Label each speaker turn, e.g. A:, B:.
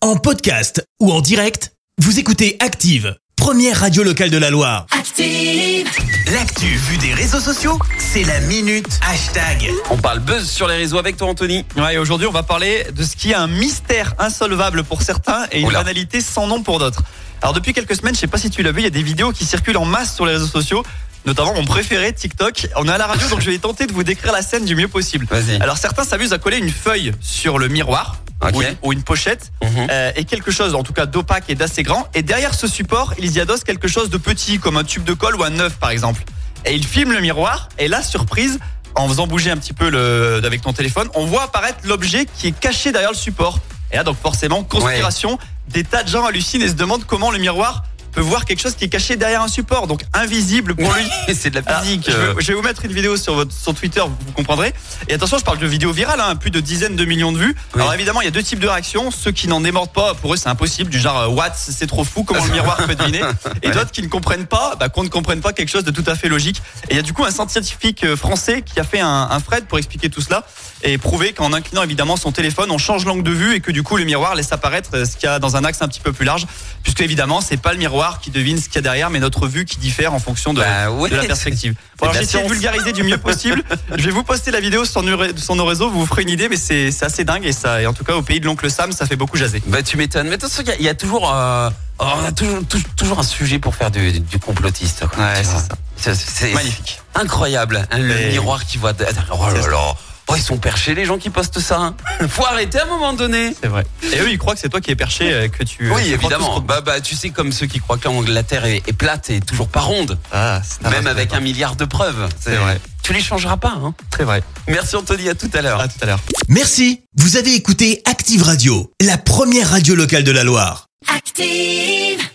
A: En podcast ou en direct, vous écoutez Active, première radio locale de la Loire.
B: Active,
C: L'actu vue des réseaux sociaux, c'est la minute hashtag.
D: On parle buzz sur les réseaux avec toi Anthony.
E: Ouais, et aujourd'hui, on va parler de ce qui est un mystère insolvable pour certains et une
D: Oula.
E: banalité sans nom pour d'autres. Alors depuis quelques semaines, je sais pas si tu l'as vu, il y a des vidéos qui circulent en masse sur les réseaux sociaux, notamment mon préféré TikTok. On est à la radio, donc je vais tenter de vous décrire la scène du mieux possible.
D: Vas-y.
E: Alors certains s'amusent à coller une feuille sur le miroir
D: Ok.
E: ou, une, ou une pochette
D: Mhm.
E: euh, et quelque chose en tout cas d'opaque et d'assez grand. Et derrière ce support, ils y adossent quelque chose de petit comme un tube de colle ou un œuf par exemple. Et ils filment le miroir et là, surprise, en faisant bouger un petit peu le, avec ton téléphone, on voit apparaître l'objet qui est caché derrière le support. Et là donc forcément, conspiration, des tas de gens hallucinent et se demandent comment le miroir peut voir quelque chose qui est caché derrière un support, donc invisible pour lui.
D: c'est de la
E: Alors,
D: physique.
E: Ah, je, vais,
D: euh.
E: je vais vous mettre une vidéo sur, votre, sur Twitter, vous comprendrez. Et attention, je parle de vidéos virales, hein, plus de dizaines de millions de vues.
D: Oui.
E: Alors évidemment, il y a deux types de réactions. Ceux qui n'en démordent pas, pour eux c'est impossible, du genre euh, What, c'est trop fou, comment le miroir peut deviner. Et d'autres qui ne comprennent pas, bah, qu'on ne comprenne pas quelque chose de tout à fait logique. Et il y a du coup un scientifique euh, français qui a fait un, un Fred pour expliquer tout cela et prouver qu'en inclinant évidemment son téléphone, on change l'angle de vue et que du coup le miroir laisse apparaître euh, ce qu'il y a dans un axe un petit peu plus large. Puisque évidemment, c'est pas le miroir qui devine ce qu'il y a derrière, mais notre vue qui diffère en fonction de,
D: Bah ouais,
E: de la perspective. Bon, alors,
D: de la
E: j'ai essayé de
D: science.
E: vulgariser du mieux possible. Je vais vous poster la vidéo sur, nos ré- sur nos réseaux, vous vous ferez une idée, mais c'est c'est assez dingue. Et, ça, et en tout cas, au pays de l'oncle Sam, ça fait beaucoup jaser.
D: Bah tu m'étonnes. Mais attention, il y a- il y, a toujours, euh, on a toujours, tou- toujours un sujet pour faire du, du complotiste. quoi,
E: Ouais,
D: tu
E: c'est
D: vois.
E: ça.
D: C'est- c'est- c'est
E: Magnifique.
D: incroyable. hein, le
E: Et-
D: miroir qui voit. de- Oh là
E: C'est-
D: là. Oh, ils sont perchés les gens qui postent ça. hein. Faut arrêter à un moment donné.
E: C'est vrai. Et eux, ils croient que c'est toi qui es perché, euh, que tu.
D: Oui,
E: tu crois
D: évidemment.
E: tout ce qu'on-
D: Bah, bah, tu sais, comme ceux qui croient que la- la Terre est, est plate et toujours pas ronde,
E: Ah, c'est dingue.
D: même avec un milliard de preuves.
E: C'est vrai.
D: Tu les changeras pas. Hein.
E: C'est vrai.
D: Merci Anthony, à tout à l'heure.
E: À tout à l'heure.
A: Merci, vous avez écouté Active Radio, la première radio locale de la Loire.
B: active.